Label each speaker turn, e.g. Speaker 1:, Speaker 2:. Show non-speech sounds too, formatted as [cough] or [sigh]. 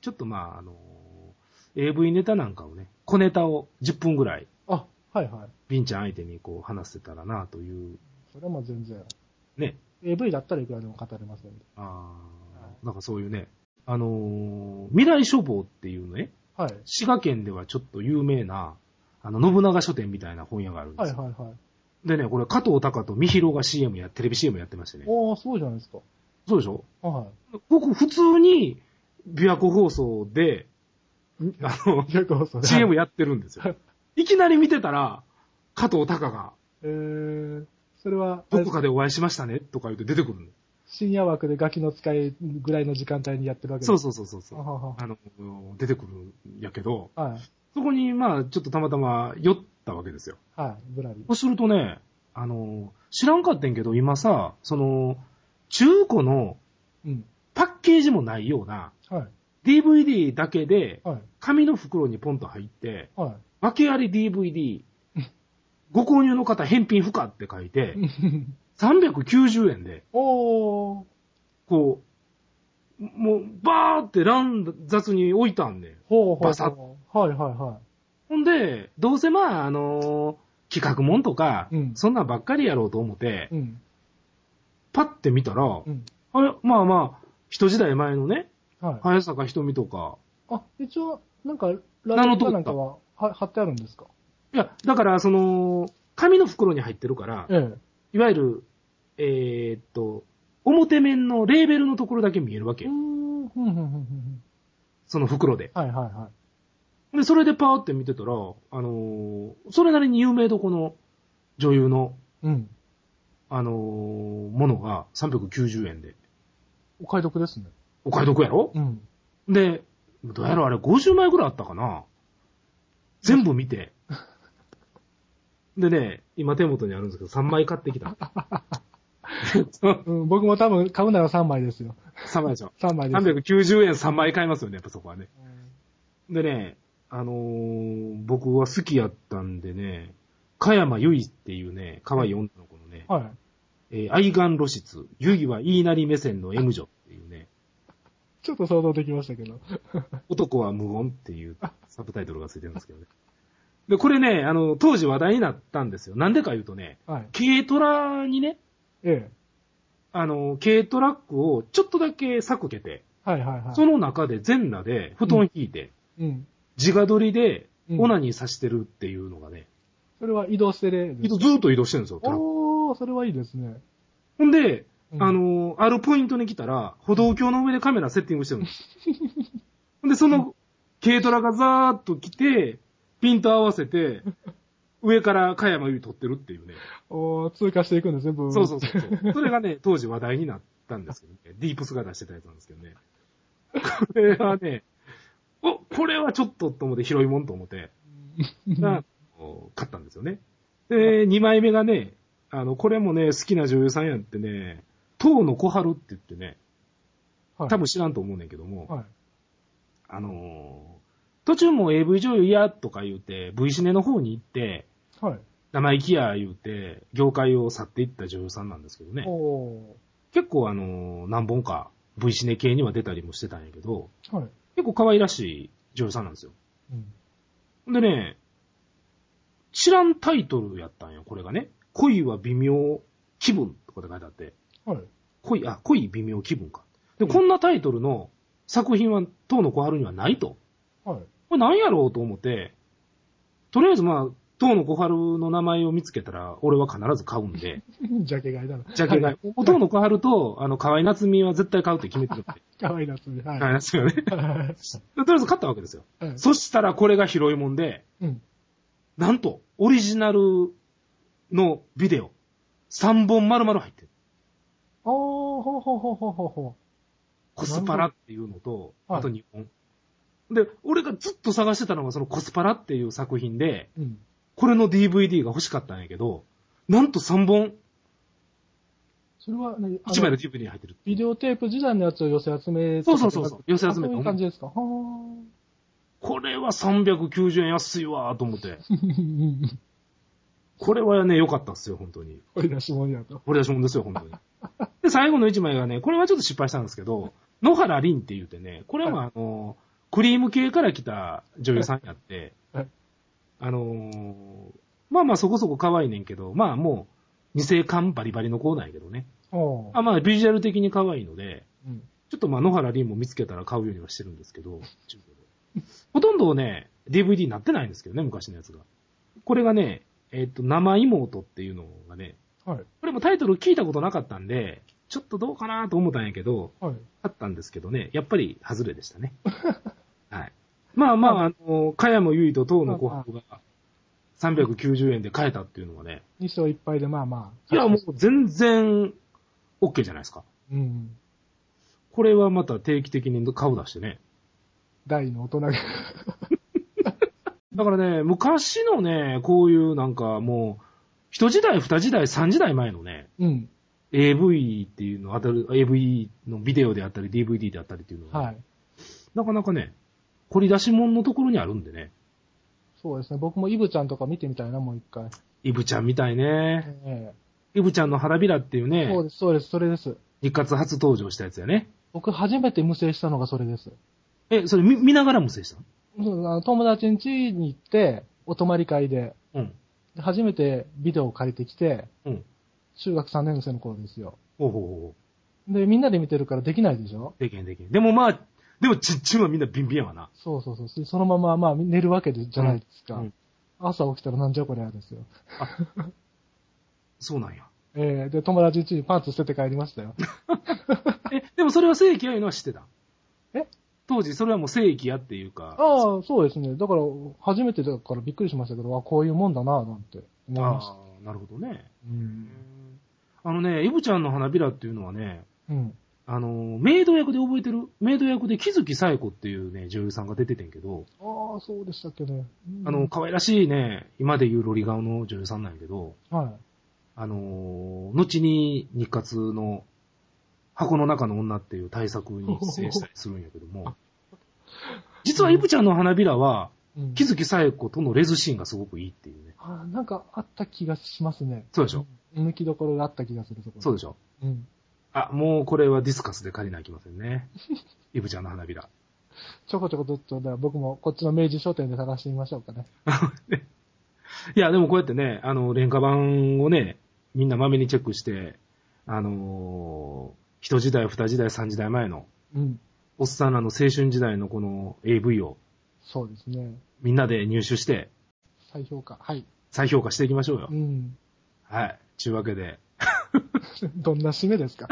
Speaker 1: ちょっとまあ、あの、AV ネタなんかをね、小ネタを10分ぐらい、
Speaker 2: あ、はいはい。
Speaker 1: ビンちゃん相手にこう話せたらなという、
Speaker 2: それはもう全然。
Speaker 1: ね。
Speaker 2: AV だったらいくらでも語れますよね。
Speaker 1: あ
Speaker 2: は
Speaker 1: ーなんかそういうね、あのー未来書房っていうね、
Speaker 2: はい。
Speaker 1: 滋賀県ではちょっと有名な、あの、信長書店みたいな本屋があるんで
Speaker 2: は
Speaker 1: す
Speaker 2: い
Speaker 1: よ。
Speaker 2: はいはい。
Speaker 1: でね、これ加藤隆と三広が CM や、テレビ CM やってましてね。
Speaker 2: おー、そうじゃないですか。
Speaker 1: そうでしょ
Speaker 2: は
Speaker 1: 僕普通に、琵琶湖放送で、あの
Speaker 2: い。、結構それ。
Speaker 1: CM やってるんですよ。いきなり見てたら、加藤隆が、
Speaker 2: えー、それは、
Speaker 1: どこかでお会いしましたねとか言って出てくるの。
Speaker 2: 深夜枠でガキの使いぐらいの時間帯にやってるわけ
Speaker 1: そう
Speaker 2: そ
Speaker 1: そうそうそうそう。
Speaker 2: は
Speaker 1: あの、出てくるんやけど、
Speaker 2: ははい。
Speaker 1: そこに、まあ、ちょっとたまたま酔ったわけですよ。
Speaker 2: はい。ぶらり。
Speaker 1: そうするとね、あの、知らんかってんけど、今さ、その、中古の
Speaker 2: うん。
Speaker 1: パッケージもないような、
Speaker 2: はい。
Speaker 1: DVD だけで、
Speaker 2: はい。
Speaker 1: 紙の袋にポンと入って、
Speaker 2: は
Speaker 1: 訳あり DVD、ご購入の方返品不可って書いて、
Speaker 2: い。
Speaker 1: 390円で、
Speaker 2: [laughs] おー。
Speaker 1: こう、もう、バーって乱雑に置いたんで。
Speaker 2: ほうほうほう。
Speaker 1: バサ
Speaker 2: はいはいは
Speaker 1: ほんで、どうせまあ、あのー企画もんとか、
Speaker 2: うん
Speaker 1: そんなんばっかりやろうと思って、
Speaker 2: い。うん。
Speaker 1: パッて見たら、
Speaker 2: うん。
Speaker 1: あれ、まあまあ、一時代前のね、
Speaker 2: はい。
Speaker 1: 早坂瞳とか、
Speaker 2: あ、一応、なんか、ラ
Speaker 1: 名の通
Speaker 2: ジオ
Speaker 1: った
Speaker 2: なんかは、は貼ってあるんですか
Speaker 1: いや、だから、その、紙の袋に入ってるから、
Speaker 2: ええ。
Speaker 1: いわゆる、えーっと、表面のレーベルのところだけ見えるわけ
Speaker 2: うー。ん、ふんふんふんふんふん。
Speaker 1: その袋で。
Speaker 2: はいはいは
Speaker 1: で、それでパーって見てたら、あのーそれなりに有名どこの女優の、
Speaker 2: い。うん。
Speaker 1: あのーものが390円で、
Speaker 2: お買い得ですね。
Speaker 1: お買い得やろ
Speaker 2: うん。
Speaker 1: で、どうやらあれ50枚ぐらいあったかな全部見て。でね、今手元にあるんですけど、3枚買ってき [laughs] た。
Speaker 2: うん、僕も多分買うなら3枚ですよ。
Speaker 1: 3枚でしょ。
Speaker 2: 3枚です。
Speaker 1: 390円3枚買いますよね、やっぱそこはね。
Speaker 2: うん
Speaker 1: でね、あのー僕は好きやったんでね、加山由衣っていうね、可愛い女の子のね、
Speaker 2: はい。
Speaker 1: えー愛玩露出、由衣は言いなり目線の M 女っていうね、
Speaker 2: ちょっと想像できましたけど。
Speaker 1: 男は無言っていうサブタイトルがついてるんですけどね。 [laughs] で、これね、あの、当時話題になったんですよ。なんでか言うとね、
Speaker 2: はい。
Speaker 1: 軽トラにね、
Speaker 2: ええ。
Speaker 1: あの、軽トラックをちょっとだけ削けて、
Speaker 2: はいはいはい。
Speaker 1: その中で全裸で布団引いて、
Speaker 2: うん。
Speaker 1: 自画撮りで
Speaker 2: うん
Speaker 1: オナニーさしてるっていうのがね、
Speaker 2: それは移動してで
Speaker 1: ず
Speaker 2: す。
Speaker 1: ーっと移動してるんですよ、トラック。
Speaker 2: おー、それはいいですね。
Speaker 1: ほんで、
Speaker 2: うん
Speaker 1: あ、の、あるポイントに来たら、歩道橋の上でカメラセッティングしてるんですよ。
Speaker 2: [laughs]
Speaker 1: ほんで、その、軽トラがザーッと来て、ピント合わせて、上から加山由里撮ってるっていうね。
Speaker 2: おー、通過していくんで全部。
Speaker 1: そうそうそうそう。それがね、当時話題になったんですけどね。ディープスが出してたやつなんですけどね。これはね、お、これはちょっとと思って、広いもんと思って、
Speaker 2: うん。
Speaker 1: なお買ったんですよね。で、2枚目がね、あの、これもね、好きな女優さんやってね、東野小春って言ってね、
Speaker 2: はい
Speaker 1: 多分知らんと思うねんけども、
Speaker 2: はい。
Speaker 1: あのー途中も AV 女優やとか言うて、V シネの方に行って、
Speaker 2: はい。
Speaker 1: 生意気や言うて、業界を去っていった女優さんなんですけどね、
Speaker 2: お
Speaker 1: 結構あのー何本か V シネ系には出たりもしてたんやけど、
Speaker 2: ー。はい。
Speaker 1: 結構可愛らしい女優さんなんですよ。
Speaker 2: うん。
Speaker 1: でね、知らんタイトルやったんよ、これがね。恋は微妙気分とかって書いてあって、
Speaker 2: はい。
Speaker 1: 恋、あ、恋微妙気分か。で、こんなタイトルの作品は当の小春にはないと。
Speaker 2: はい。 [laughs]
Speaker 1: これ何やろうと思って、とりあえずまあ、当の小春の名前を見つけたら、俺は必ず買うん
Speaker 2: [laughs]
Speaker 1: で、
Speaker 2: ジャケ買いだな。
Speaker 1: じゃけが、当の小春と、あの、河合夏美は絶対買うって決めてるんで、 [laughs]
Speaker 2: かわいいなつね。はい。
Speaker 1: 河合夏美はね。で
Speaker 2: は
Speaker 1: と
Speaker 2: い
Speaker 1: りあえず買ったわけですよ。
Speaker 2: はい
Speaker 1: そしたらこれが広いもんで、
Speaker 2: うん。
Speaker 1: なんと、オリジナルのビデオ、3本丸々入ってる。
Speaker 2: おー、ほうほうほうほうほうほ
Speaker 1: コスパラっていうのと、
Speaker 2: はい
Speaker 1: あと2本。で、俺がずっと探してたのがそのコスパラっていう作品で、
Speaker 2: う。うん。
Speaker 1: これの DVD が欲しかったんやけど、なんと3本、
Speaker 2: それはね、あの
Speaker 1: 1枚の DVD に入ってる。
Speaker 2: ビデオテープ時代のやつを寄せ集め
Speaker 1: そうそうそうそう寄せ集めた
Speaker 2: あそういう感じですか。はー。
Speaker 1: これは390円安いわーと思って。
Speaker 2: うん
Speaker 1: これはね、良かったっすよ、本当に。
Speaker 2: これ出し物やと。
Speaker 1: 掘り出し物ですよ、
Speaker 2: [laughs]
Speaker 1: 本当に。で、最後の1枚がね、これはちょっと失敗したんですけど、野原凛って言うてね、これはあの、クリーム系から来た女優さんやって
Speaker 2: はい、
Speaker 1: あのーまあまあそこそこ可愛いねんけど、まあもう、二世感バリバリの子なんやけどね。
Speaker 2: おー
Speaker 1: あまあビジュアル的に可愛いので、
Speaker 2: うん。
Speaker 1: ちょっとまあ野原凛も見つけたら買うようにはしてるんですけど、中古でほとんどね、DVD になってないんですけどね、昔のやつが。これがね、えっ、と、生妹っていうのがね、
Speaker 2: はい。
Speaker 1: これもタイトル聞いたことなかったんで、ちょっとどうかなと思ったんやけど、
Speaker 2: はい。
Speaker 1: あったんですけどね、やっぱり外れでしたね。 [laughs] はい。まあまあ、あの、かやもゆいと当の琥珀が390円で買えたっていうのはね、
Speaker 2: 2章いっぱいで、まあまあ。
Speaker 1: いやもう全然 OK じゃないですか。
Speaker 2: う。うん。
Speaker 1: これはまた定期的に顔出してね。
Speaker 2: 大の大人が。
Speaker 1: だからね、昔のね、こういうなんかもう、一時代、二時代、三時代前のね、
Speaker 2: うん。
Speaker 1: AV っていうのあたる、AV のビデオであったり DVD であったりっていうのは、
Speaker 2: はい。
Speaker 1: なかなかね、掘り出し物のところにあるんでね、
Speaker 2: そうですね。僕もイブちゃんとか見てみたいな、もう一回。
Speaker 1: イブちゃんみたいね、
Speaker 2: え
Speaker 1: イブちゃんの花びらっていう
Speaker 2: え。そう
Speaker 1: ね、
Speaker 2: です、そうです、それです。
Speaker 1: 日活初登場したやつやね。
Speaker 2: 僕初めて無制したのがそれです。
Speaker 1: え、それ見見ながら無制したの
Speaker 2: うんあの友達ん家に行って、お泊まり会で、
Speaker 1: うん。
Speaker 2: で初めてビデオを借りてきて、
Speaker 1: うん。
Speaker 2: 中学3年生の頃ですよ。
Speaker 1: ほうほうほうほ
Speaker 2: で、みんなで見てるからできないでしょ
Speaker 1: う。できへんできへん。でもまあ、でもちっちゅんはみんなビンビンやわな。
Speaker 2: そうそうそう。そそのまま、まあ、寝るわけでじゃないですか。
Speaker 1: うんうん
Speaker 2: 朝起きたらなんじゃこりゃですよ。
Speaker 1: そうなんや。
Speaker 2: えー、で、友達ん家にパンツ捨てて帰りまし
Speaker 1: [laughs]
Speaker 2: たよ。
Speaker 1: え、でもそれは正規やいうのは知ってた
Speaker 2: え
Speaker 1: 当時それはもう正規やっていうか、
Speaker 2: ああ、そうですね。だから、初めてだからびっくりしましたけど、あこういうもんだなぁなんて思いました。
Speaker 1: ああ、なるほどね。
Speaker 2: うん。
Speaker 1: あのね、イブちゃんの花びらっていうのはね、
Speaker 2: うん。
Speaker 1: あの、メイド役で覚えてるメイド役で木月冴子っていうね、女優さんが出ててんけど、
Speaker 2: ああ、そうでしたっけね。うん
Speaker 1: あの、、可愛らしいね、今で言うロリ顔の女優さんなんやけど、
Speaker 2: は
Speaker 1: あの、後に日活の箱の中の女っていう大作に出演したりするんやけど
Speaker 2: [laughs]
Speaker 1: も、実はイブちゃんの花びらは、
Speaker 2: い。うん
Speaker 1: 木月冴子とのレズシーンがすごくいいっていうね。
Speaker 2: ああ、なんかあった気がしますね。
Speaker 1: そうでしょ
Speaker 2: 抜きどころがあった気がするところ。
Speaker 1: そう
Speaker 2: う
Speaker 1: でしょ
Speaker 2: うん。
Speaker 1: あ、もうこれはディスカスで借りなきゃいけませんね。イブちゃんの花びら。
Speaker 2: ちょこちょこちょっと、だから僕もこっちの明治商店で探してみましょうかね。
Speaker 1: いや、でもこうやってね、あの、廉価版をね、みんなまめにチェックして、あのー、一時代、二時代、三時代前の、
Speaker 2: うん。
Speaker 1: おっさんらの青春時代のこの AV を
Speaker 2: そうですね。
Speaker 1: みんなで入手して、
Speaker 2: 再評価。はい。
Speaker 1: 再評価していきましょうよ
Speaker 2: う。ん。 [laughs]
Speaker 1: はい。ちゅうわけで、
Speaker 2: どんな締めですか